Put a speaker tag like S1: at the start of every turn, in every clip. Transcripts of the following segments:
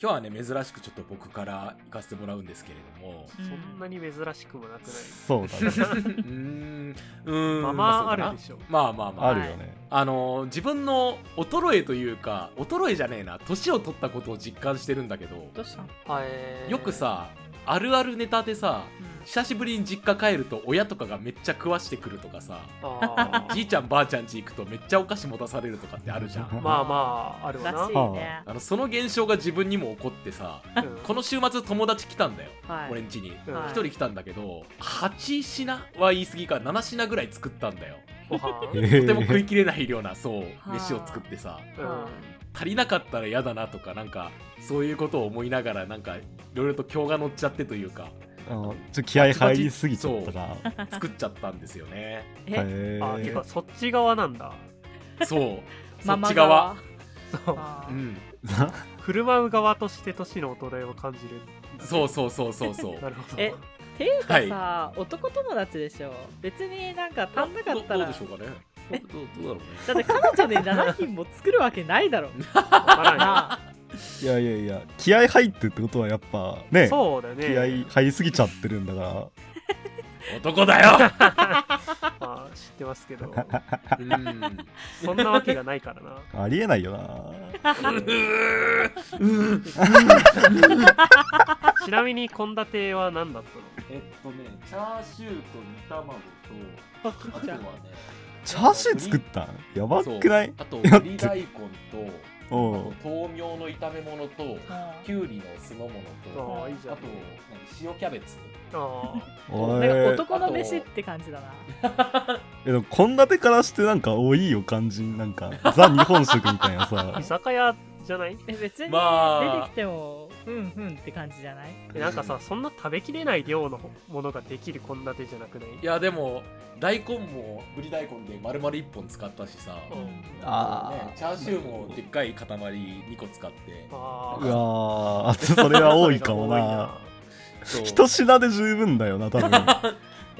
S1: 今日はね珍しくちょっと僕から行かせてもらうんですけれど も
S2: うん
S3: そんなに珍しくもなくない。
S4: そうだね
S1: うーんうーん
S3: まあ
S1: そう
S3: ま
S1: だ
S3: あ
S1: な
S3: あるでしょ。
S1: まあまあまあ
S4: あるよね
S1: あのー自分の衰えというか衰えじゃねえな年を取ったことを実感してるんだけど
S2: どうしたの、
S3: はい
S1: よく、さあるあるネタでさ久しぶりに実家帰ると親とかがめっちゃ食わしてくるとかさ
S3: あー
S1: じいちゃんばあちゃん家行くとめっちゃお菓子持たされるとかってあるじゃ ん
S3: まあまあ、あるわ
S2: ら
S3: な
S2: し。いね。
S1: あのその現象が自分にも起こってさ
S3: うん
S1: この週末友達来たんだよ、
S2: はい。
S1: 俺ん家に
S3: うん
S2: はい
S1: 1人来たんだけど8品は言い過ぎか7品ぐらい作ったんだよ
S3: ご飯
S4: と
S1: とても食いきれない量なそう
S2: あ
S1: 飯を作ってさ
S3: うん
S1: 足りなかったら嫌だなとかなんかそういうことを思いながらなんかいろいろと今日が乗っちゃってという か
S4: あのちょっと気合入りすぎちゃったな
S1: 作っちゃったんですよね
S2: え、
S4: へ
S3: あ、て
S4: ー
S3: か、そっち側なんだ。
S1: そうそ
S2: マ
S1: っ
S2: マ
S1: ち側
S3: そう
S2: 側。
S1: う
S2: うん
S1: ん
S3: 振る舞う側として年の衰えを感じる。
S1: そうそうそうそうそう
S3: なるほど。
S2: えていうかさ、男友達でしょ別になんか足んなかった
S1: ど
S2: ら
S1: どうでしょうかねどうどうだろうね
S2: だって彼女で7品も作るわけないだろ
S3: わからんよ
S2: なあ
S4: いやいやいや気合入ってってことはやっぱね
S3: そうだね。
S4: 気合入りすぎちゃってるんだから
S1: 男だよ
S3: まあ、知ってますけど、
S1: うん
S3: そんなわけがないからな。
S4: ありえないよな
S3: ちなみに献立は何だった
S1: えっとね、チャーシューと煮卵と、
S2: お
S1: あ
S2: き
S1: と
S2: ちゃ
S1: は
S2: ん
S1: ね、
S4: チャーシュー作ったんやば
S1: そう
S4: くない
S1: あと、
S4: や
S1: 栗大根と、
S4: おう
S1: 豆苗の炒め物と、きゅうりの酢の物と、
S3: のああ、いいじゃ
S1: あ
S3: ん。
S1: と、何塩キャベツ。
S3: あ
S4: おい
S2: なんか
S4: え
S2: 男の飯って感じだな
S4: でも献立からしてなんか多いよ感じなんかザ日本食みたいな
S3: あ、
S4: さ
S3: 居酒屋じゃない
S2: え別に出て
S1: ま
S2: きてもうんうんって感じじゃない
S3: えなんかさ、そんな食べきれない量のものができる献立じゃなくない
S1: いや、でも、大根も、ぶり大根で丸々1本使ったしさ、
S3: うん
S4: あー
S1: ねチャーシューもでっかい塊2個使って、
S3: あ
S4: う
S3: ー
S4: わーそれは多いかも
S3: 多い
S4: な
S1: そう
S4: 一品で十分だよな多分
S2: い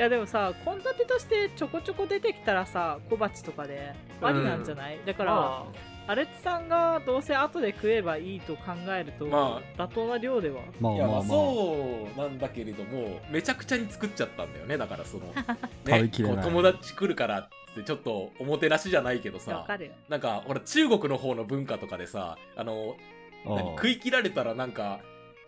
S2: やでもさ献立としてちょこちょこ出てきたらさ小鉢とかでありなんじゃない、だから
S3: ま
S2: アレツさんがどうせ後で食えばいいと考えると、
S1: ま
S2: 妥当な量では
S4: まあ
S1: い
S4: ま
S1: やま
S4: あ
S1: あ
S4: まあ
S1: そうなんだけれどもめちゃくちゃに作っちゃったんだよねだから その、ね、
S4: 食べきれない
S1: こう友達来るからっつってちょっとおもてなしじゃないけど
S2: わ
S1: さ
S2: かるよ
S1: なんかほら中国の方の文化とかでさあの何
S4: おう
S1: 食い切られたらなんか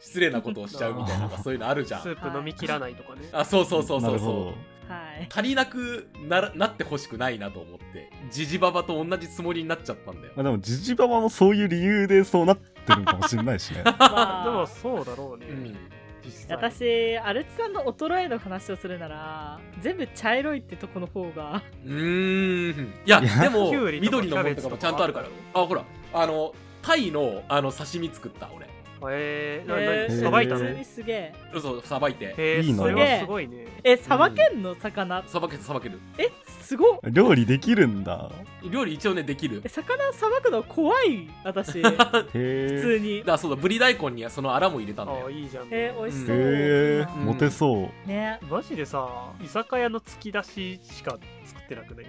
S1: 失礼なことをしちゃうみたいななんかそういうのあるじゃ
S3: あ、ス
S1: ん
S3: ープ飲みきらないとかね。
S1: あそうそうそう
S4: な
S1: そう
S4: るほ
S1: そ
S4: ど
S1: う
S2: はい
S1: 足りなくならなってほしくないなと思ってジジババと同じつもりになっちゃったんだよ
S4: まあでもジジババもそういう理由でそうなってるのかもしれないし ね
S2: まあ
S3: でもそうだろうね。
S1: うん
S3: 実際。
S2: 私アルツさんの衰えの話をするなら全部茶色いってとこの方が
S1: うーんいや
S4: いや
S1: でも
S3: きゅうりとか
S1: 緑のものとかもちゃんとあるから
S3: キャベツ
S1: あほらあのタイのあの刺身作った俺
S3: えー、な
S2: え
S3: な
S2: ー
S3: にさばいたの
S4: ね
S2: 普通にすげえ
S1: そうさばいて
S3: えー、
S4: いいな
S3: それはすごいね。
S2: えさばけんの魚
S1: さばけてさばける
S2: えすごっ
S4: 料理できる んだ
S1: 料理一応ねできる
S2: え魚さばくの怖い 私普
S4: へ
S2: 通に
S1: だそうだぶり大根にそのアラも入れたんだ
S3: ああ、
S1: よ
S3: いいじゃん、
S2: えー、美味し
S4: え
S2: そう、
S4: へえ
S2: うん
S4: モテそう
S2: ね
S3: マジでさ、居酒屋の突き出ししか作ってなくない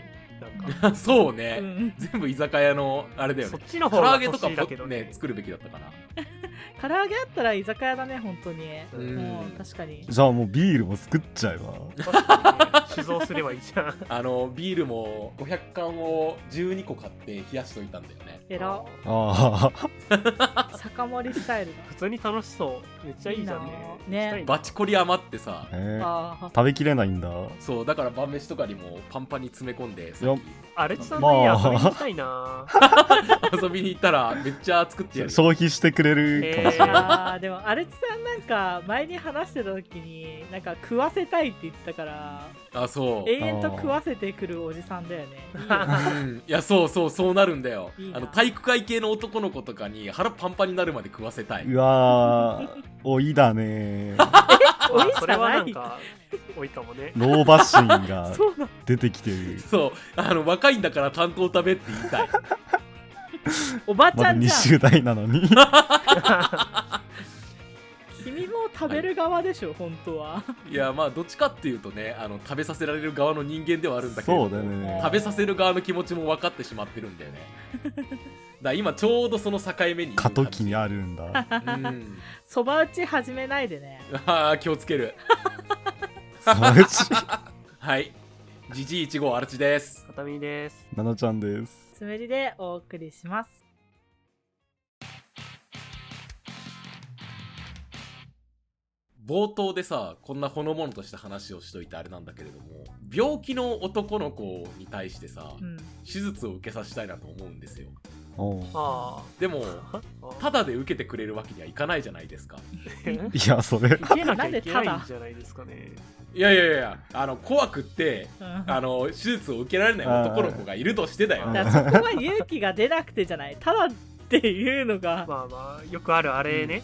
S3: なん か、
S1: そう
S2: う
S1: ね、
S2: ん、
S1: 全部居酒屋のあれだよ
S3: そっ
S1: ね
S3: ちの
S1: 唐
S3: 方
S1: 揚
S3: が
S1: げとか
S3: 年だけ
S1: も
S3: ど
S1: ね作るべきだったかな
S2: 唐揚げあったら居酒屋だね本当に
S3: う
S1: うん
S3: ん
S2: もう確かに
S4: じゃあもうビールも作っちゃえば
S3: 確かにね酒造すればいいじゃん。
S1: あのビールも500缶を12個買って冷やしといたんだよね
S2: えら
S4: ああ
S2: 酒盛りスタイルだ
S3: 普通に楽しそう。めっちゃいいじゃんね。
S2: いいなあ
S3: 行きたいな
S1: バチコリ余ってさ
S4: えー
S2: あー
S4: 食べきれないんだ
S1: そうだから晩飯とかにもパンパンに詰め込んでさ
S4: よ
S1: っ
S4: っ
S1: き
S3: あれさんの家遊びに行きたいな。
S1: 遊びに行ったらめっちゃ作ってやるよ。
S4: 消費してくれるかもしれない、
S2: あーでもアルツさんなんか前に話してた時になんか食わせたいって言ったから
S1: あ、そう。
S2: 永遠と食わせてくるおじさんだよねいいよ
S1: うんいや、そうそう、そうなるんだよ
S2: いい。な
S1: あの体育会系の男の子とかに腹パンパンになるまで食わせたい。
S4: うわー老いだ
S2: 老
S4: ね
S2: い
S3: あそれはなん
S2: じゃ
S3: か、多いかもね。
S4: 老婆心 が
S2: そうなの
S4: 出てきてる
S1: そう、あの若いんだから担当食べって言いたい。
S2: おばち
S4: まだ
S2: ゃんじゃん
S4: 20代なのに
S2: 君も食べる側でしょ、本当は
S1: いやまあどっちかっていうとねあの食べさせられる側の人間ではあるんだけれど
S4: そうだよね
S1: 食べさせる側の気持ちも分かってしまってるんだ よねだから今ちょうどその境目にいる
S4: 過渡
S1: 感
S4: 期
S1: じ
S4: にあるん だ
S1: うん
S2: そば打ち始めないでね
S1: あー気をつける
S4: サウチ
S1: はいじじい1号アルチです
S3: 片身です。
S4: ナナちゃんです
S2: つむりでお送りします
S1: 冒頭でさこんなほのぼのとした話をしといてあれなんだけれども病気の男の子に対してさ
S2: うん
S1: 手術を受けさせたいなと思うんですよ
S4: お う
S3: あ
S1: でも
S3: あ。
S1: ただで受けてくれるわけにはいかないじゃないですか
S3: 受
S4: いやそれ
S3: けなきゃいけない
S2: なんでただ
S3: んじゃないですかね。
S1: いやいやいやあの怖くって
S2: うん
S1: あの手術を受けられない男の子がいるとしてだよ
S4: あー
S2: だからそこが勇気が出なくてじゃないただっていうのが、
S3: まあまあ、よくあるあれね。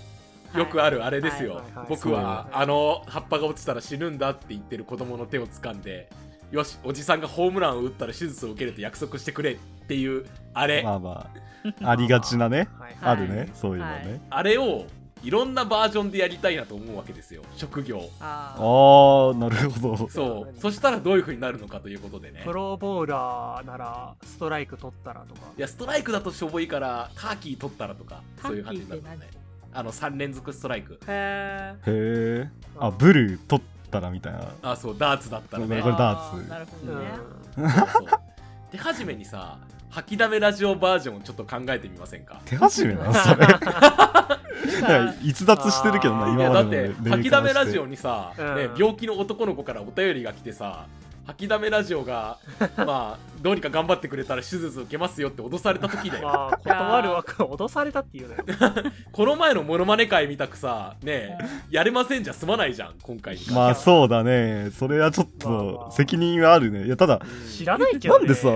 S1: よくあるあれですよ、
S3: はいはいはい
S1: 僕は
S3: そう
S1: あの葉っぱが落ちたら死ぬんだって言ってる子供の手を掴んでよしおじさんがホームランを打ったら手術を受けると約束してくれっていうあれ、
S4: まあまあありがちなね
S3: はい
S2: はい
S4: あるねそういうのね
S1: あれをいろんなバージョンでやりたいなと思うわけですよ職業
S4: あ
S2: あ
S4: ーなるほど
S1: そうそしたらどういう風になるのかということでね
S3: プロボウラーならストライク取ったらとか。
S1: いやストライクだとしょぼいからターキー取ったらとか
S2: あ
S1: そういう感じになるのねあの3連続ストライク
S2: へー
S4: へえあ
S3: ル
S4: ブルー取ったらみたいな
S1: あそうダーツだったらね
S4: これダーツ
S2: あなるほ
S3: う
S2: ど
S3: ん
S2: ね、
S1: そうそう手始めにさ吐きだめラジオバージョンをちょっと考えてみませんか
S4: 手始めなのそ れなんか逸脱してるけどな
S3: あー
S1: いやだ
S4: 今ま
S1: っ
S4: で
S1: て
S4: の
S1: 吐きだめラジオにさ、
S3: うん
S1: ね、病気の男の子からお便りが来てさ吐きだめラジオ がまあどうにか頑張ってくれたら手術受けますよって脅された時だよ
S3: まあ、断るわけ、脅されたっていうのよ。
S1: この前のモノマネ会見たくさねやれませんじゃ済まないじゃん今回に関しては
S4: まあそうだねそれはちょっ
S3: まあま
S4: と
S3: あ
S4: 責任はあるねいやただ
S1: うん
S3: 知らないけ
S4: な
S3: ど、
S4: ん
S3: ね。
S4: でさ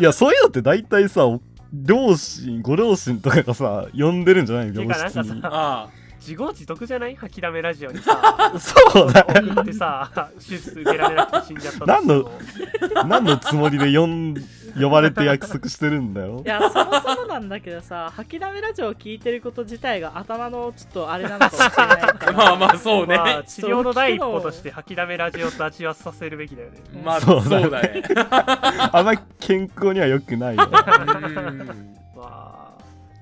S4: いやそういうのって大体さお両親ご両親とかがさ呼んでるんじゃない
S3: て
S4: 病
S3: かなん
S4: 室
S3: か
S4: に
S3: さ、
S1: あ
S3: 自業自得じゃない吐きだめラジオにさ、
S4: そうだよ
S3: 送ってさ、手術受けられなくて死んじゃった
S4: 何の
S3: としても
S4: 何のつもりで呼ん呼ばれて約束してるんだよ
S2: いやそもそもなんだけどさ 吐きだめラジオを聞いてること自体が頭のちょっとあれなのかもしれないか
S1: あ
S2: ら
S1: まあまあそうね、
S3: まあ、治療の第一歩として吐きだめラジオと味わさせるべきだよね。
S1: まあ
S4: そ
S1: そうう
S4: だね
S1: だね
S4: あんまり健康には良くない よ
S1: うん
S3: まあ、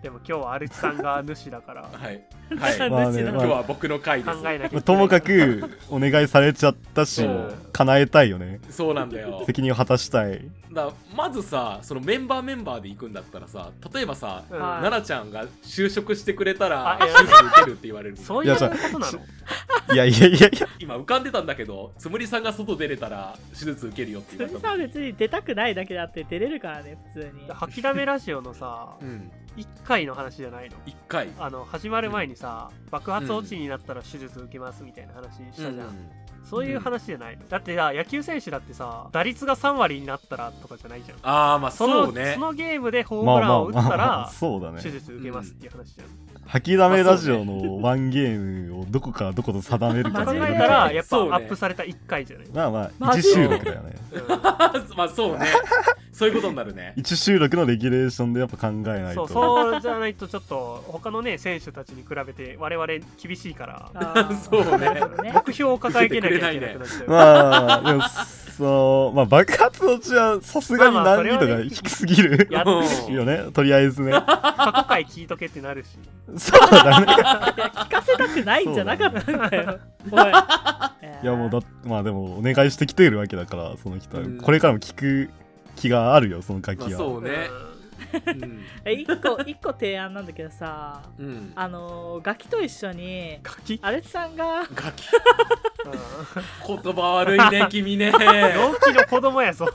S3: でも今日はアルチさんが主だから、
S1: はい はい
S4: まあね
S2: う
S1: 今
S2: ちの
S4: ま
S1: 日
S4: あ
S1: は僕の回で
S3: 考
S1: す
S3: えなきゃいけない。
S4: ともか、くお願いされちゃったし
S1: そう
S4: 叶えたいよね
S1: そうなんだよ
S4: 責任を果たしたい
S1: だまずさそのメンバーメンバーで行くんだったらさ例えばさ
S3: うん
S2: はい
S1: 奈々ちゃんが就職してくれたら
S3: あ
S1: 手
S3: いや
S1: 術受けるって言われる
S3: そう
S4: い
S3: いう
S4: や
S3: こ
S4: じゃ
S3: と
S4: あ
S3: な
S4: し
S3: の
S4: いやいやいやいや
S1: 今浮かんでたんだけどつむりさんが外出れたら手術受けるよって
S2: そ
S1: 言
S2: れ
S1: われ
S2: さ
S1: た
S2: ん別に出たくないだけだって出れるからね普通 に
S3: 吐きだめラジオのさ、
S1: うん
S3: 1回の話じゃないの。
S1: 1回
S3: あの始まる前にさ、爆発落ちになったら手術受けますみたいな話したじゃん、そういう話じゃないのだってさ野球選手だってさ打率が3割になったらとかじゃないじゃん
S1: ああまあ
S3: その
S1: そうね
S3: そのゲームで ホー
S4: ま
S3: ム
S4: あ
S3: ラ
S4: ま
S3: ン
S4: あ
S3: を打っ
S4: まあ
S3: た
S4: まあ
S3: ら
S4: そうだね
S3: 手術受けますっていう話じゃん、
S4: 吐きだめラジオのワンゲームをどこからどこと定めるか
S2: まあ
S4: と
S2: そ
S4: いうう
S2: ね
S3: 考
S4: と
S3: え
S4: で
S3: たらやっぱ
S1: そうね
S3: アップされた1回じゃない、
S4: まあまあ
S2: マ
S4: 1
S2: ジ
S4: 収録だよね
S3: う
S1: まあそうねそういうことになるね
S4: 1収録のレギュレーションでやっぱ考えなんい
S3: そ
S4: と
S3: うそうじゃないとちょっと他のね 選手たちに比べて我々厳しいから
S2: あー
S1: そうね
S2: なるほどね
S3: 目標を掲げなきゃいけなくな っちゃう、
S4: まあでもそのまあ爆発落ちはさすがに難易度が低すぎる
S3: やってる
S1: そ
S3: し
S1: れ
S4: よねとりあ えずね
S3: 過去回聞いとけってなるし
S4: そうだ ね
S2: いや聞かせたくないんじゃなかったん だよおい
S4: いやもうだ
S2: っ
S4: ってまあでもお願いしてきてるわけだからその人は
S1: うん
S4: これからも聞く気があるよそのガ
S1: まあ
S4: キは、
S1: そうねうん
S2: て一個一個提案なんだけどさ
S1: うん
S2: あのーガキと一緒に
S3: ガキ、
S2: アレツさんが
S1: ガキ
S3: うん
S1: 言葉悪い ね君ね
S3: 陽気の子供や ぞ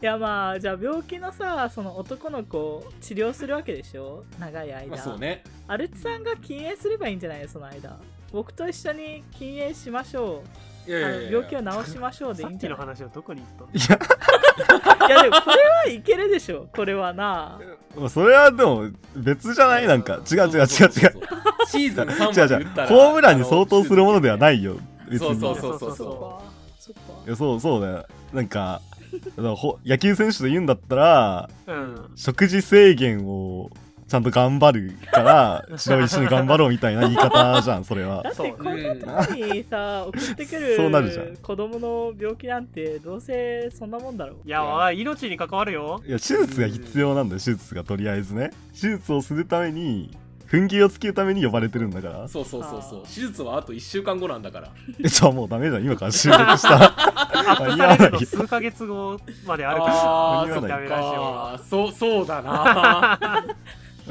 S2: いやまあじゃあ病気のさその男の子を治療するわけでしょ長い間、
S1: まあそうね
S2: アルチさんが禁煙すればいいんじゃないのその間僕と一緒に禁煙しましょ
S1: いや
S2: う
S1: い
S2: あ
S1: や
S2: の
S1: いや
S2: 病気を治しましょうでい
S3: さ
S2: いん
S3: っ
S2: じ
S3: き
S2: ゃな
S3: の
S2: い
S3: 話はどこに行っ
S4: いや
S2: いやでもこれはいけるでしょこれはな
S4: まあそれはでも別じゃないなんか違う違う違う違う
S1: そうそうそうそうシーズン3ま
S4: 違う
S1: で
S4: 違
S1: 打
S4: う
S1: ったら
S4: ホームランに相当するものではないいよ別に
S1: そう
S3: う
S1: そうそう
S3: そう
S1: そ
S2: そっか
S4: いやそうそうだよなんか だからほ野球選手で言うんだったら
S3: たのうん
S4: 食事制限をちゃんと頑張る から一緒に頑張ろうみたいな言い方じゃんそれは
S2: だっ
S3: そう
S2: て
S3: ね
S2: こんな時にさ、送ってくる
S4: そうなるじゃん
S2: 子供の病気なんてどうせそんなもんだろう
S3: いやおい命に関わるよ
S4: いや手術が必要なんだよ手術がとりあえずね手術をするために紛糾をつけるために呼ばれてるんだから
S1: そうそうそうそう手術はあと1週間後なんだから
S4: えじゃあもうダメじゃん今から収録した
S3: アップされ るの数ヶ月後まであるから
S1: あー
S3: 間に合わない
S4: そっ
S3: ラ
S1: ああそうそうだな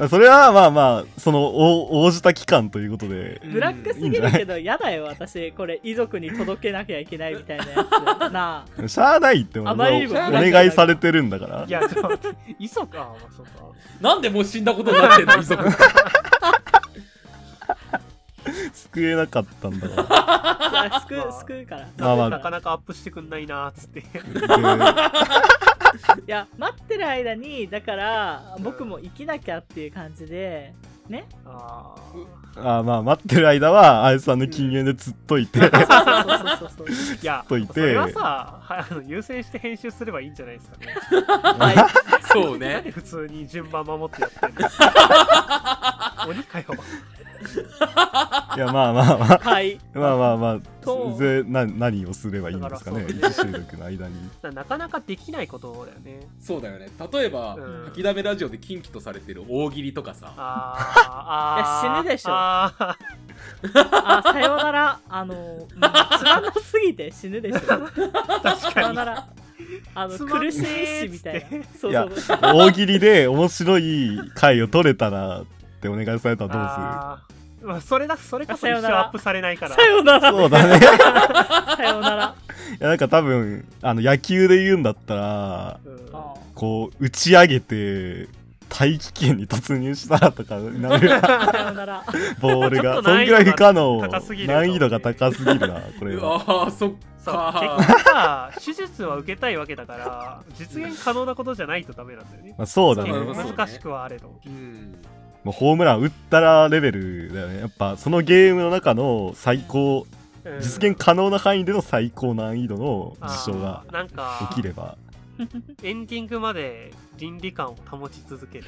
S4: あ それはまあまあそのお応じた期間ということで
S2: ブラックすぎるけど嫌だよ私これ遺族に届けなきゃいけないみたいなやつなあ
S4: しゃあないってもうお
S2: あまりにも
S4: 願いされてるんだか ら
S3: ジオいやちょっと待って磯かまあそうか
S1: なんでもう死んだことになってん の遺族
S4: 救えなかったんだか
S2: いや救
S3: まあ
S2: う救うから
S4: まあまあ
S3: なかなかアップしてくんないなーっつって
S4: ら
S2: いや待ってる間にだから僕も生きなきゃっていう感じでね
S3: あ
S4: で あまあ待ってる間はあいつさんの禁煙で釣っといて
S2: そうそうそうそうそう
S3: ーいや
S4: といて
S3: それはさはあの優先して編集すればいいんじゃない ですかね
S2: は
S1: そう
S3: なんで
S1: ね
S3: 普通に順番守ってやってる の鬼かよ
S4: いやまあまあま
S2: い、
S4: あ
S2: はい、
S4: まあまあまあ
S2: と
S4: ぜな何をすればいいんですかね
S3: だから
S4: 一
S3: そ
S4: 収
S3: うね
S4: 録の間に
S3: ななかなかできないことだよね
S1: そうだよね例えば、
S3: うん
S1: 吐きだめラジオで近畿とされてる大喜利とかさ
S3: あー
S2: いや死ぬでしょ
S3: あー
S2: あさようならあの、うん、つまんなすぎて死ぬでしょ
S3: 確
S2: さよ
S3: か
S2: う
S3: に
S2: ならあの
S3: つまんねえ
S2: 苦しいしみたいな
S3: っつっ
S2: そう
S4: い
S2: そ
S4: や
S2: う
S4: 大喜利で面白い回を取れたらってお願いされたら
S3: あーまあそれだそれこそ
S2: さ
S3: 一
S2: よ
S3: 生
S2: なら
S3: アップされないから
S2: さような
S4: どうする
S2: ら
S4: そうだね
S2: さようなら
S4: いやなんか多分あの野球で言うんだったら
S3: うん
S2: あ
S4: こう打ち上げて大気圏に突入したらとかになる
S2: さようなら
S4: ボー
S3: ち
S4: ル
S3: ょ
S4: が
S3: っ
S4: そ
S3: と
S4: んぐらい不可能
S3: 高すぎると
S4: 難易度が高すぎるなこ れは
S1: ああそっ
S3: そう
S1: か
S3: 結局さ手術は受けたいわけだから実現可能なことじゃないとダメなんだよね
S4: まあ、そうだ
S3: 結
S4: ね
S1: そうだね
S3: 構難しくはあれど
S1: うん
S4: もうホームラン打ったらレベルだよねやっぱそのゲームの中の最高
S3: うん
S4: 実現可能な範囲での最高難易度の
S3: あー
S4: 事象が
S3: なんか
S4: 起きれば
S3: エンディングまで倫理観を保ち続ける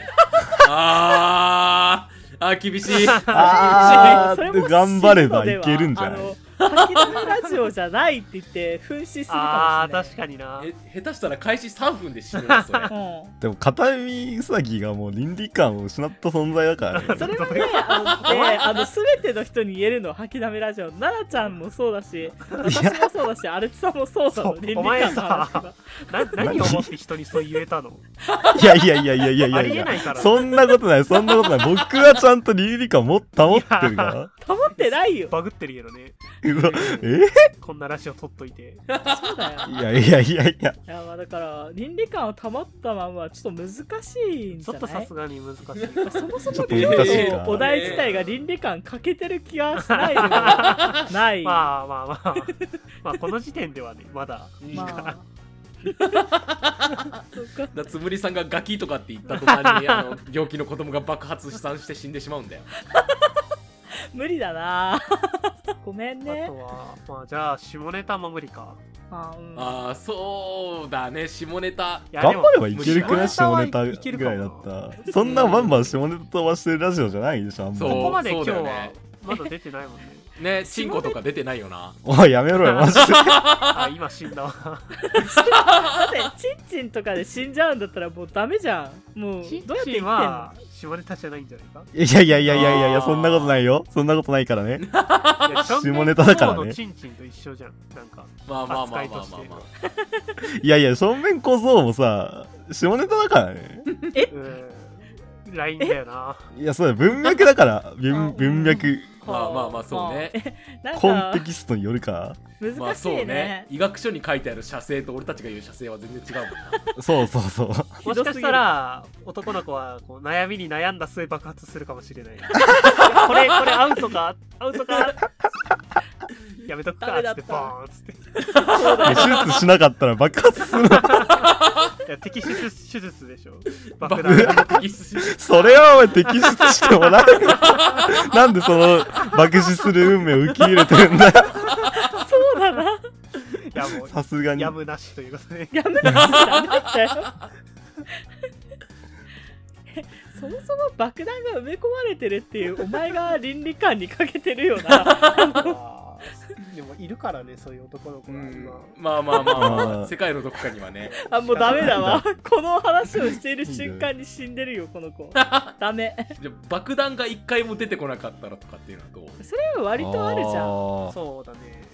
S1: あーあー厳しい
S4: あ
S2: それも
S4: ー頑張ればいけるんじゃ
S2: あ
S4: ない
S2: の吐き出しラジオじゃないって言って噴死する
S3: あ
S2: か
S3: ー
S2: もし
S3: 確かにな
S1: え下手したら開始3分で死ぬわそれ
S2: れないうん
S4: でも片耳ウサギがもう倫理観を失った存在 だから、ね、
S2: それはね、あ の、ね、あの、すべての人に言えるの、吐きだめラジオ、奈々ちゃんもそうだし、私もそうだし、アルチさんもそうだ
S3: そう
S2: の、倫理
S3: お前
S2: 観の話
S3: さな何を思って人にそう言えたの
S4: いやいやいやいやいやいや
S3: ありえないから
S4: そんなことないそんなことない僕はちゃんと倫理観も保ってるか
S2: 保ってないよ。
S3: バグってるけどね
S4: ら嘘
S3: こんなラジオ撮っといて
S2: そうだよ。
S4: えいやいやいやいや
S2: いや、まあ、だから、倫理観を保ったまま、ちょっと難しいん
S3: ち
S2: じ
S3: ょ
S2: ゃ
S3: っと
S2: な
S3: さ
S2: い
S3: すがに難しい
S2: そもそ
S4: ちょ
S2: も
S4: っと難しい
S1: えー
S4: か
S2: お題自体が倫理観欠けてる気がしな いでもない。ま
S3: まあまあまあまあこの時点ではねまだ
S1: いいか
S2: あ。そっか
S1: だつむりさんがガキとかって言った途端にあの病気の子供が爆発飛散して死んでしまうんだよ
S2: 無理だなごめん
S3: あ
S2: ね
S3: とはまあじゃあ下ネタも無理か
S2: あうん
S1: ああそうだね下ネタ
S3: いやで
S4: 頑
S3: も
S4: 張ればいけるくらい
S3: 下
S4: 下
S3: ネ
S4: ネ
S3: タ
S4: タ
S3: は
S4: ぐ
S3: いけるかも
S4: らいだったそんなバンバン下ネタ飛ばしてるラジオじゃないでしょあんま
S1: そう
S3: ここ
S4: り
S3: まで今日
S1: そうだよ
S3: は
S1: ね
S3: まだ出てないもん ね
S1: ねチンコとか出てないよな
S4: おいやめろよマジで
S3: あ今死んだわ
S2: だってチンチンとかで死んじゃうんだったらもうダメじゃんもう
S3: チン
S2: どうやっ
S3: チ
S2: て生きてん
S3: ン
S2: の
S3: は下ネタじゃないんじゃないか
S4: いやいやいやいやいやい
S1: あ
S4: や
S1: ー
S4: そんなことないよそんなことないからね
S3: いや
S4: 下ネタだから
S3: 正面小僧
S4: ね
S3: のチンチンと一緒じゃんなんか
S1: まあまあまあまあまあ
S3: 扱い
S1: まあ
S3: と
S4: いやいや正面小僧もさ下ネタだからね
S3: うんラインだよない
S4: やそうだ文脈だから
S2: あ
S4: 文文脈
S1: まあまあまあそうね
S2: なん
S4: コン
S2: か
S4: テキストによるか
S1: まあ
S2: 難しい
S1: そうね
S2: ね,、
S1: 医学書に書いてある写生と俺たちが言う写生は全然違うもんな
S4: そうそうそう
S3: もしかしたら男の子はこう悩みに悩んだ末爆発するかもしれない いやこれこれアウトかアウトかやめとくかっつって
S2: ダメだった
S3: バーンっつって
S4: 手術しなかったら爆発するの
S3: いや摘出手術でしょ爆
S1: 爆
S3: 弾
S1: 弾的すぎる
S4: それはお前摘出してもら うよなんでその爆死する運命を受け入れてるんだ よ
S2: そうだな
S3: いやも
S4: さすが
S3: う
S4: に
S3: やむなしということで
S2: やめなくちゃダメだったよそもそも爆弾が埋め込まれてるっていうお前が倫理観にかけてるよ な
S3: あーでもいるからねそういう男の子
S1: う
S3: が
S1: ん
S3: 今、
S1: まあまあまあま
S4: う
S1: あ
S4: ん
S1: 世界のどこかにはね
S2: あもうダメだわこの話をしている瞬間に死んでるよこの子ダメ
S1: じゃあ爆弾が一回も出てこなかったらとかっていうのはどう
S2: それは割とあるじゃん
S4: ん
S3: そうだね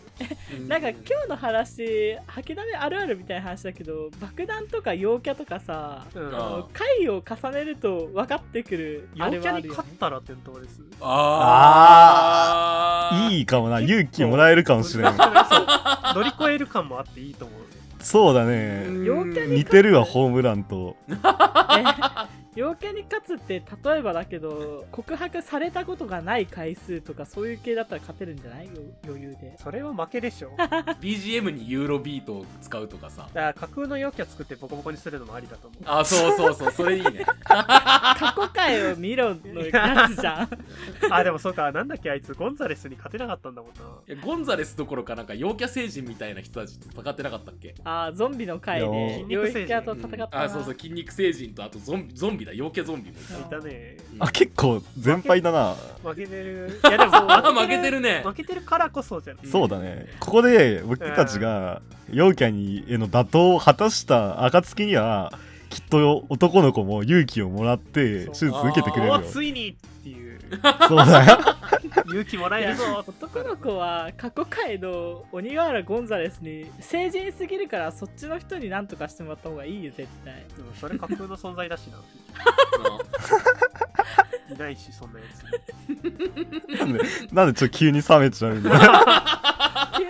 S2: なんか今日の話吐きだめあるあるみたいな話だけど爆弾とか陽キャとかさ
S3: うん
S1: あー
S2: 回を重ねると分かってくるあれ
S3: 陽キ
S2: はあ
S3: ャ
S2: る
S3: に
S2: よ、ね
S3: 勝、ったらってどうです
S1: あー
S4: いいかもな勇気もらえるかもしれん
S3: そう乗り越える感もあっていいと思う
S4: そうだね
S2: 陽キャに
S4: 似てるわホームランと
S2: え陽キャに勝つって例えばだけど告白されたことがない回数とかそういう系だったら勝てるんじゃないよ余裕で
S3: それは負けでし ょだか
S1: BGM にユーロビートを使うとかさ
S3: ら架空の陽キャ作ってボコボコにするのもありだと思う
S1: あそうそうそうそれいいね
S2: 過去回を見ろのやつ じゃん
S3: あでもそうかなんだっけあいつゴンザレスに勝てなかったんだもんない
S1: やゴンザレスどころかなんか陽キャ星人みたいな人たちと戦ってなかったっけ
S2: あーゾンビの回で
S3: いや
S2: 陽キャと戦ったな、
S1: うんあそうそう筋肉星人とあとゾンビゾンビだ陽キャゾンビもいた
S3: いたね
S1: うん
S4: あ結構全敗だな
S3: 負けてるいやでも
S1: あ負けてるね
S3: 負けてるからこそじゃない
S4: そうだねここで僕たちが陽キャにへの打倒を果たした暁にはきっと男の子も勇気をもらって手術受けてくれる
S3: おー
S4: よ
S3: ついにっていう
S4: そうだよ
S3: 勇気もらえるぞ
S2: 男の子は過去回の鬼瓦ゴンザレスに成人すぎるからそっちの人に何とかしてもらった方がいいよ絶 対
S3: でもそれ架空の存在だしないないしそんなやつ
S4: なんでなんでちょっと急に冷めちゃうんだ よ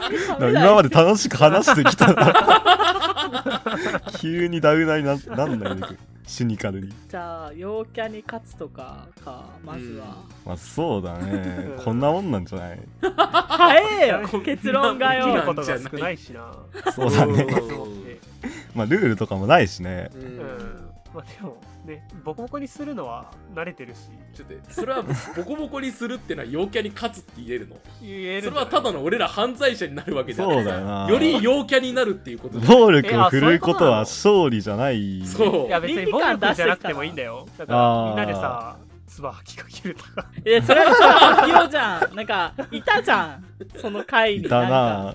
S2: 急に冷めない
S4: 今まで楽しく話してきたら 急にダウナーにななんないでくシニカルに
S2: じゃあ陽キャに勝つとかかまずは
S4: まあそうだねこんなもんなんじゃない
S2: 早えよ
S1: こんな
S2: 結論が
S3: 見
S1: こ
S3: る
S1: ん
S2: よ
S3: ことが少ないしな
S4: そうだね
S1: うん
S4: まあルールとかもないしね
S1: うん
S3: うんまあでもねボコボコにするのは慣れてるし
S1: ちょっとそれはボコボコにするってのは陽キャに勝つって言えるの
S3: 言える
S1: それはただの俺ら犯罪者になるわけじゃない
S4: そうだよな
S1: より陽キャになるっていうことだ
S4: 暴力を振るうことは勝利じゃない
S1: そう
S3: いや別に暴力じゃなくてもいいんだよだか
S4: あ
S3: ら
S4: ー
S3: みんなでさ唾吐きかけるとか
S2: いやそれは秋代じゃんなんかいたじゃんその回
S4: い
S2: に
S4: た
S2: なんか
S4: な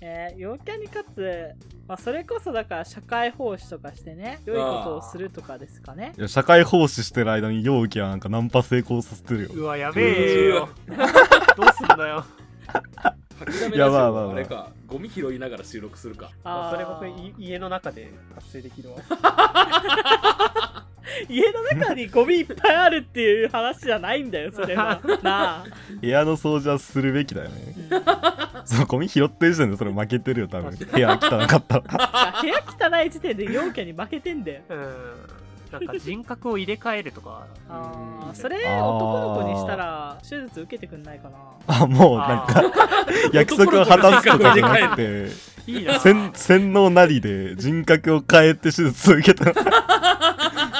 S2: えー陽キャに勝つ、まあ、それこそだから社会奉仕とかしてね良いことをするとかですかね
S4: いや社会奉仕してる間に陽気はなんかナンパ成功させてるよ
S3: うわやべえよどうすんだよ
S1: 吐きだめラジ
S4: いやまあ
S1: オ
S4: まあま
S1: は
S4: あ
S1: あれかゴミ拾いながら収録するか
S2: あー
S3: それ僕い家の中で達成できるわ
S2: 家の中にゴミいっぱいあるっていう話じゃないんだよそれ はなあ
S4: 部屋の掃除はするべきだよねそうゴミ拾ってる時点でそれ負けてるよ多分部屋汚かったら
S2: 部屋汚い時点で陽キャに負けてんだよ
S3: うんなんか人格を入れ替えるとか
S2: あ
S1: う
S2: ー
S1: ん
S2: それ男の子にしたら手術受けてくんないかな
S4: あもうなんか約束を果たすとかじゃなくて
S3: いいな
S4: 洗洗脳なりで人格を変えて手術を受けたあ、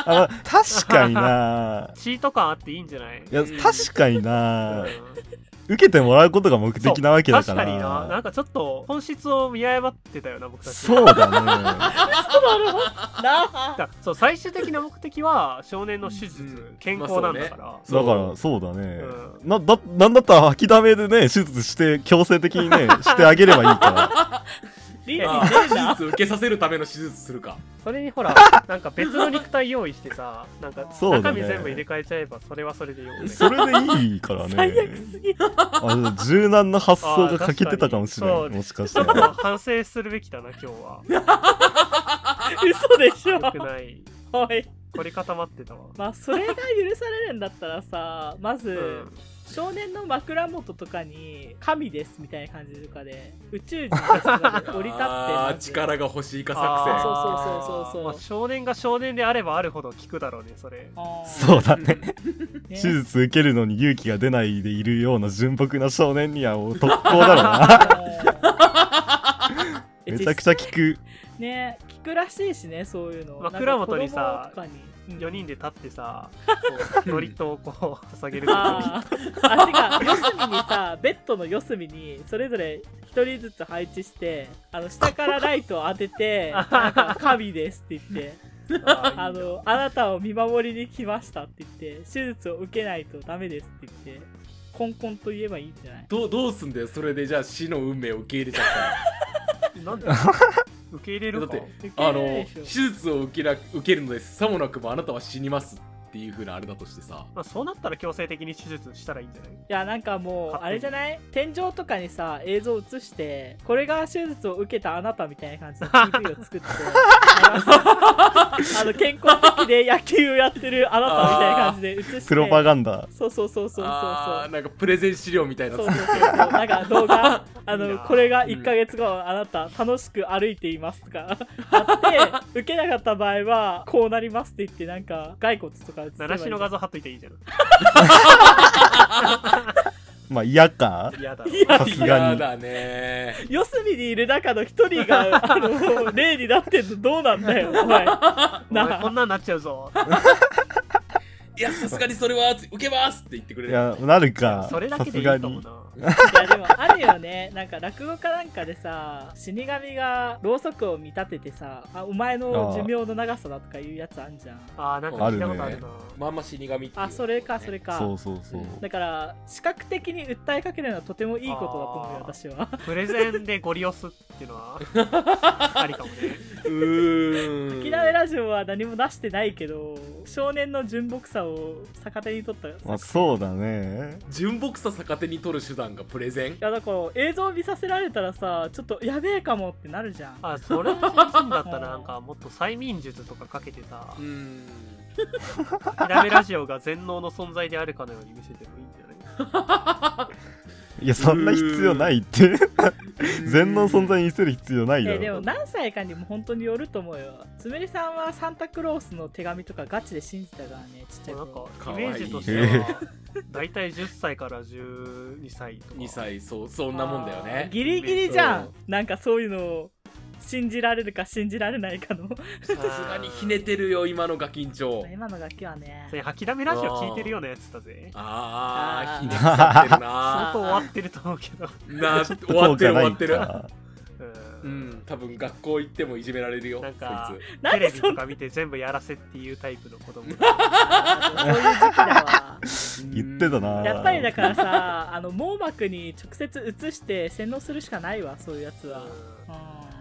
S4: まあ、確かにな
S3: チート感あっていいんじゃない
S4: いや確かにな
S3: うん
S4: 受けてもらうことが目的なわけだか
S3: 確かになな
S4: ら
S3: んかちょっと本質を見誤ってたよな僕たち
S4: そうだね
S2: なあ
S3: だそう最終的な目的は少年の手術、
S1: うん
S3: 健康なんだから、
S4: だからそうだね、
S3: うん
S4: なだなんだったら吐きだめでね手術して強制的にねしてあげればいいから
S2: リンリン
S1: あ
S2: 出る
S1: ー手
S2: な
S1: 術受けさせるための手術するか
S3: それにほらなんか別の肉体用意してさなんか
S4: そう
S3: 中
S4: だね
S3: 身全部入れ替えちゃえばそれはそれでよ くね
S4: それでいいから
S2: 最
S4: ね
S2: 悪すぎる
S4: あ柔軟な発想が欠けてたかもしれ
S3: あー確か
S4: な
S3: にそう
S4: いもしかし
S3: ち
S4: た
S3: ょっと
S4: ら
S3: 反省するべきだな今日は
S2: 嘘でしょ
S3: よく ない
S2: おい
S3: 凝り固まってたわ
S2: まあそれが許されるんだった らさまず、
S3: うん
S2: 少年の枕元とかに神ですみたいな感じとかで宇宙人たちが 降り立って
S1: あ
S2: ま
S1: ー
S2: ず
S1: 力が欲しいか作
S3: あー
S2: そうそうそうそうそう
S3: まあ、少年が少年であればあるほど効くだろうねそれ
S2: あー
S4: そうだね
S2: ね
S4: 手術受けるのに勇気が出ないでいるような純朴な少年にはもう特攻だろう な めちゃくちゃ効く
S2: ね聞くらしいしねそういうの
S3: 枕元にさ
S2: なんか子供とかに
S3: 4人で立ってさこう祝詞をこう捧げる
S2: あーあてか四隅にさベッドの四隅にそれぞれ一人ず つ配置してあの下からライトを当てて「なんか神です」って言って
S3: あ
S2: あ
S3: ーいいな
S2: の、あなたを見守りに来ましたって言って、手術を受けないとダメですって言って、コンコンと言えばいいんじゃない
S1: どうどうすんだよそれでじゃあ死の運命を受け入れちゃったら
S3: なんで受け入れ
S1: だ
S3: る
S1: っ
S3: か
S1: て
S2: 受け
S1: あ
S2: 入
S1: の
S2: れないでし
S1: 手
S2: ょ
S1: 術を受けな受けるのですさもなくばあなたは死にますっていうふうなあれだとしてさ
S3: まあ、そうなったら強制的に手術したらいいんじゃない
S2: いやなんかもう
S3: 勝手に
S2: あれじゃない天井とかにさ映像映してこれが手術を受けたあなたみたいな感じの PV を作ってあのあの健康的で野球をやってるあなたみたいな感じで映して
S4: プロパガンダ
S2: そうそうそうそうそう
S1: あ
S2: そ
S1: ーなんかプレゼン資料みたいうな
S2: そう
S1: の
S2: そう
S1: 作
S2: そう
S1: っ
S2: そうなんか動画あ
S3: いい
S2: の
S3: な
S2: これが1ヶ月後あなた楽しく歩いていますとか あって受けなかった場合はこうなりますって言ってなんか骸骨とか映って
S3: 習志の画像貼っといていいじゃん。
S4: まあ嫌か
S3: 嫌だ。
S4: さす
S1: て
S4: が
S1: 嫌
S4: に
S1: だね
S2: 四隅にいる中の一人 があの例になってんのどうなんだよお前
S3: お前こん
S2: な
S3: なんなっちゃうぞ。
S1: いやさすがにそれは受けますって言ってくれ
S4: い
S1: る
S4: やなるか
S3: それだ
S4: さ
S3: けですいいか
S4: が
S3: も
S4: に
S3: な。
S2: あいやでもあるよねなんか落語家なんかでさ死神がろうそくを見立ててさあお前の寿命の長さだとかいうやつあんじゃん
S3: あーなんか聞いたことあるな。
S1: まんま死神っていう
S2: あそれかそれか
S4: そうそうそう
S2: だから視覚的に訴えかけるのはとてもいいことだと思 うよ
S3: あ
S2: 私は
S3: プレゼンでゴリ押すっていうのはありかもね。
S1: うーん
S2: 沖縄ラジオは何も出してないけど少年の純朴さを逆手に取った
S4: まあそうだね
S1: 純朴さ逆手に取る手段がプレゼン
S2: いやだから映像見させられたらさちょっとやべえかもってなるじゃん
S3: あ、それは新人だったらなんかもっと催眠術とかかけてさ
S1: う、ん
S3: ひらめラジオが全能の存在であるかのように見せてもいいんじゃない
S4: いやそんな必要ないって全能存在に見せる必要ない
S2: え
S4: だ
S2: ーでも
S4: ろ
S2: 何歳かにも本当によると思うよつむりさんはサンタクロースの手紙とかガチで信じたからねちっちゃい
S3: な
S2: 頃
S3: ん
S1: か
S3: かイ
S1: わいい
S3: メージとしては、大体10歳から12歳とか。
S1: 2歳そうそんなもんだよ
S2: あー
S1: ね
S2: ギリギリじゃ
S1: うん
S2: んなんかそういうのを信じられるか信じられないかの
S1: さ
S3: さ
S1: すがにひねてるよ今のガキンチョ
S2: 今の楽器はね
S3: それ吐きだめラジオ聞いてるようなやつだぜ。
S1: あー
S2: あー
S1: ひねくさってるな
S3: 相当終わってると思うけど。
S1: な
S4: ちょっと
S1: 終わ
S4: 効
S1: ってる終
S4: 果な
S1: わ
S4: い
S1: ってる
S4: か
S3: う
S1: うんん多分学校行ってもいじめられるよ
S3: なんか
S1: こい
S2: な
S3: テ
S2: ん
S3: レ
S2: で
S3: ビ
S2: そ
S3: と
S2: んな
S3: か見て全部やらせっていうタイプの子供
S2: そういう時期だわ
S1: つ
S4: 言ってたな
S2: やっぱりだからさ あの網膜に直接移して洗脳するしかないわ そういうやつは、
S3: うん
S2: うん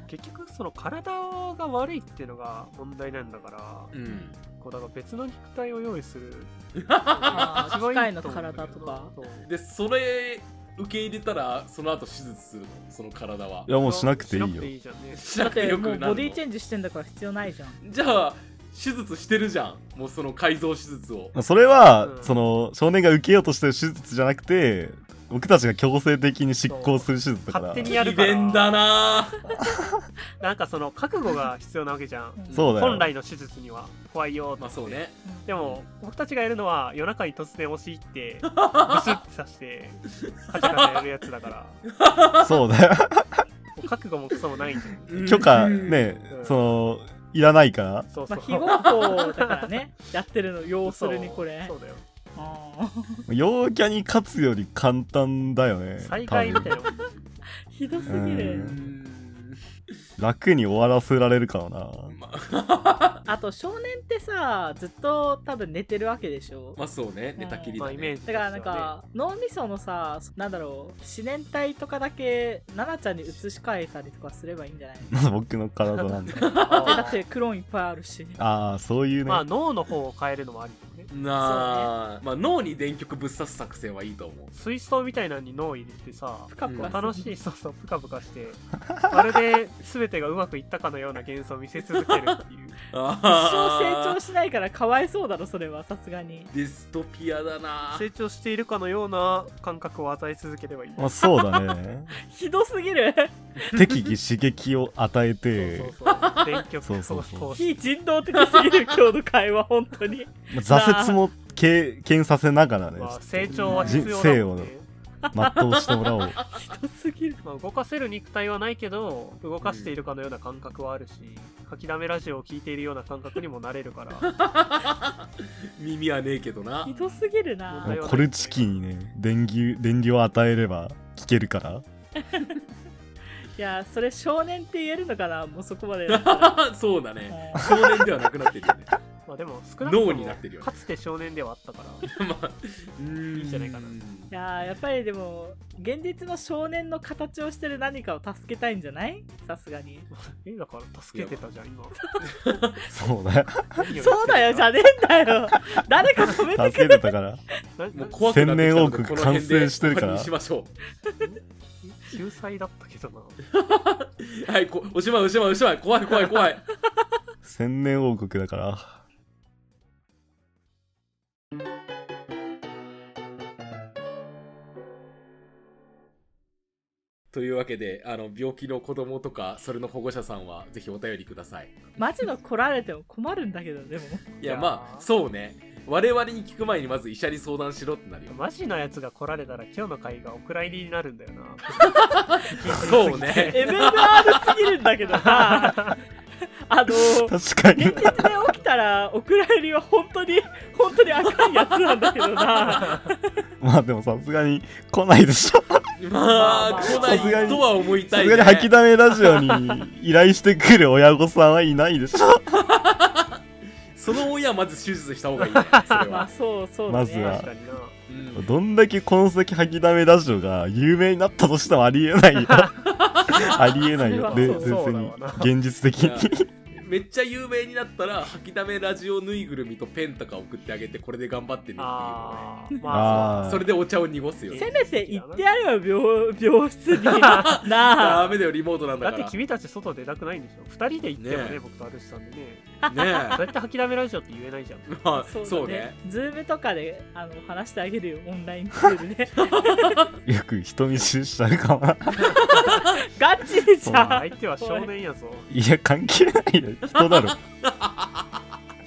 S3: 結局その体が悪いっていうのが問題なんだから、
S1: うん
S3: こうだから別の肉体を用意する
S2: あー
S3: 一番
S2: 機械
S3: いい
S2: の
S3: と思うんだけど
S2: 体とか
S3: そう
S1: でそれ受け入れたらその後手術するのその体はい
S4: やもうしなくていいよ
S3: じゃんね
S1: し
S2: だ
S1: な
S2: っ
S1: くて
S2: て
S1: よ
S2: も
S1: く
S2: う
S1: なる
S2: ボ
S1: の
S2: ディチェンジしてんだから必要ないじゃん
S1: じゃあ手術してるじゃんもうその改造手術を
S4: まあそれは、
S3: うん
S4: その少年が受けようとしてる手術じゃなくて僕たちが強制的に執行する手術だから
S3: 勝手に
S1: 利
S3: やるから
S1: 便だな
S3: なんかその覚悟が必要なわけじゃん
S4: そうだよ
S3: 本来の手術には怖いよ
S1: まあそうね
S3: でも僕たちがやるのは夜中に突然押し入 ってブスッて刺してカチャカチャやるやつだから
S4: そうだよ
S3: もう覚悟もクソもないんじゃん
S1: うん
S4: 許可ね、
S3: うん
S4: そのいらないから
S3: そうそ
S2: ま
S3: う、
S2: あ、非合法だからねやってるの要す
S3: そう
S2: るにこれ
S3: そうだよ
S2: うん
S4: 陽キャに勝つより簡単だよね
S3: 災害みたいな
S4: 多分
S3: もん
S2: ひどすぎ
S1: う
S2: る
S1: ん
S4: 楽に終わらせられるからな
S1: ま
S2: あと少年ってさずっと多分寝てるわけでしょ
S1: まあそうね寝たきり
S3: ま
S1: だ
S3: あイメー
S1: ね
S3: ジとし
S2: だ
S3: て
S2: か
S3: はね
S2: らなんか脳みそのさなんだろう四年体とかだけ奈々ちゃんに移し替えたりとかすればいいんじゃない
S4: 僕の体な んだ
S2: だってクローンいっぱいあるし
S4: ああそういうね、
S3: まあ脳の方を変えるのもありだよね
S1: なあまあ脳に電極ぶっ刺す作戦はいいと思う
S3: 水槽みたいなのに脳入れてさ
S2: プカプカする
S3: 楽しいそうそうプカプカして まるで全てがうまくいったかのような幻想を見せ続けるっていう
S2: 一生成長
S1: 長
S2: しないからかわいそうだろそれはさすがに
S1: ディストピアだな
S3: 成長しているかのような感覚を与え続ければいい
S4: まあそう だね
S2: ひどすぎる
S4: 適宜刺激を与えて
S3: そうそうそう電極
S4: そうそうそう
S3: を通し
S2: 非人道的すぎる今日の会話本当に
S4: まあ挫折も経験させながらね
S3: て、まあ、成長は必要
S4: 人生
S3: だも
S4: を
S3: んね
S4: ね全うして もらおう
S2: ひどすぎる
S3: まあ、動かせる肉体はないけど動かしているかのような感覚はあるし、書きだめラジオを聞いているような感覚にもなれるから
S1: 耳はねえけどな
S2: ひどすぎるな
S4: もうコルチキにね電流電流を与えれば聞けるか
S2: い
S4: ら
S2: やそれ少年って言えるのかなもうそこまで
S1: そうだね
S2: は
S1: 少年ではなくなってるよね
S3: まあでも少なくと
S1: 脳
S3: も
S1: になってるよね
S3: かつて少年ではあっ たから
S1: まあいい
S3: んじゃないかない
S2: やーやっぱりでも現実の少年の形をしてる何かを助けたいんじゃないさすがに
S3: えだから助けてたじゃん今
S4: そうね。
S2: そうだよじゃねえんだよ誰か止めてく
S4: 助け
S2: れ
S4: てたから。
S3: な
S1: も
S3: な
S1: う怖くなってきたので
S4: 千年王国
S1: この辺で
S4: 完成してるから
S1: 終わりにしましょ
S3: 救済だったけどな
S1: うはいこおしまいおしまいおしまい怖い怖い怖い
S4: 千年王国だから。
S1: というわけであの病気の子供とかそれの保護者さんはぜひお便りください
S2: マジの来られても困るんだけどでも
S1: い
S3: いや
S1: や
S3: ー
S1: まあそうね我々に聞く前にまず医者に相談しろって なるよ
S3: マジなやつが来られたら今日の会がお蔵入りになるんだよな
S1: そう ね
S2: MMR すぎるんだけどなあのー
S4: 確かに
S2: 現。実で起きたらお蔵入りは本当に本当にあかんやつなんだけどな
S4: まあでもさすがに来ないでしょ。
S1: ま
S2: ま
S1: あ
S2: あ
S1: 来ないとは思い
S4: さ
S1: たい、
S4: す
S1: ね、
S4: がに吐きだめラジオに 依頼してくる親御さんはいないでしょ。
S1: その親はまず手術した方がいいねそれ
S2: まあ
S1: は、
S2: そうそうだね
S4: まずは
S3: 確かにな
S1: うん
S4: どんだけこの先吐きだめラジオが有名になったとしてもありえないよ。ありえないよ。
S2: それ
S4: で、
S2: は
S3: そ
S4: 別
S3: うそうだ
S4: に
S3: わな
S4: 現実的
S1: いや
S4: に。
S1: めっちゃ有名になったら吐きだめラジオぬいぐるみとペンとか送ってあげてこれで頑張ってねっていうのね
S3: あーまあ
S4: あー
S1: それでお茶を濁すよ
S2: せめて行ってやれよ病病室 にな
S1: ダ
S2: あ
S1: メだよリモートなん
S3: そう
S1: だ
S3: だっ
S1: か
S3: て
S1: ら
S3: 君たち外出たくないんでしょ二人で行ってもね
S1: ねえ
S3: 僕とアルシさんでね
S1: ね
S3: だって吐きだめラジオって言えないじゃん
S1: えまあ そうね
S2: ズームとかであの話してあげるよオンラインツー ルで
S4: よく人見知りしちゃうかもな。
S2: ガチじ
S4: そう
S2: ゃん
S3: 相手は少年やぞ
S4: いや、関係ないよ。人だろ。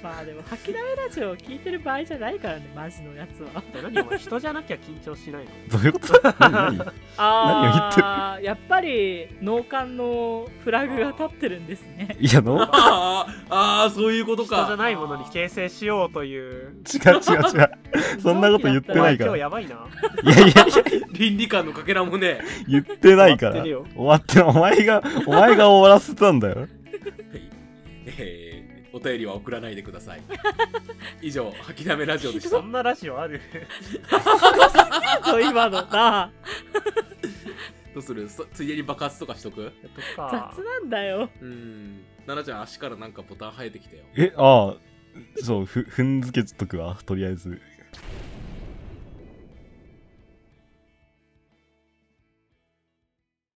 S2: まあでも吐きだめラジオを聞いてる場合じゃないからねマジのやつは
S3: 何お前人じゃなきゃ緊張しないの
S4: どういうこと何何
S2: ああやっぱり脳幹のフラグが立ってるんです ね
S4: いや、の違
S1: あーあーそういうこと
S3: 人じゃ
S1: か
S3: ないものに形成しようという
S4: う違う違う。そんなこと言って
S3: お
S4: な
S3: 前
S4: いか
S3: 今
S4: ら
S3: 日。やばいない
S4: やいやいや、
S1: 倫理観のかけらもね
S4: 言ってないから。
S3: 終
S4: 終
S3: わって
S4: わってお前が、お前が終わらせたんだよ。
S1: はいえーお便りは送らないでくださ い以上吐きだめラジオでした
S3: そんなラジオある
S2: そう今の な
S1: どうするそついでに爆発とかしとく
S3: やっとくか
S2: 雑なんだよ
S1: うん奈々ちゃん足からなんかボタン生えてきたよ
S4: え、ああ、そう、ふ、踏んづけとくわ、とりあえず。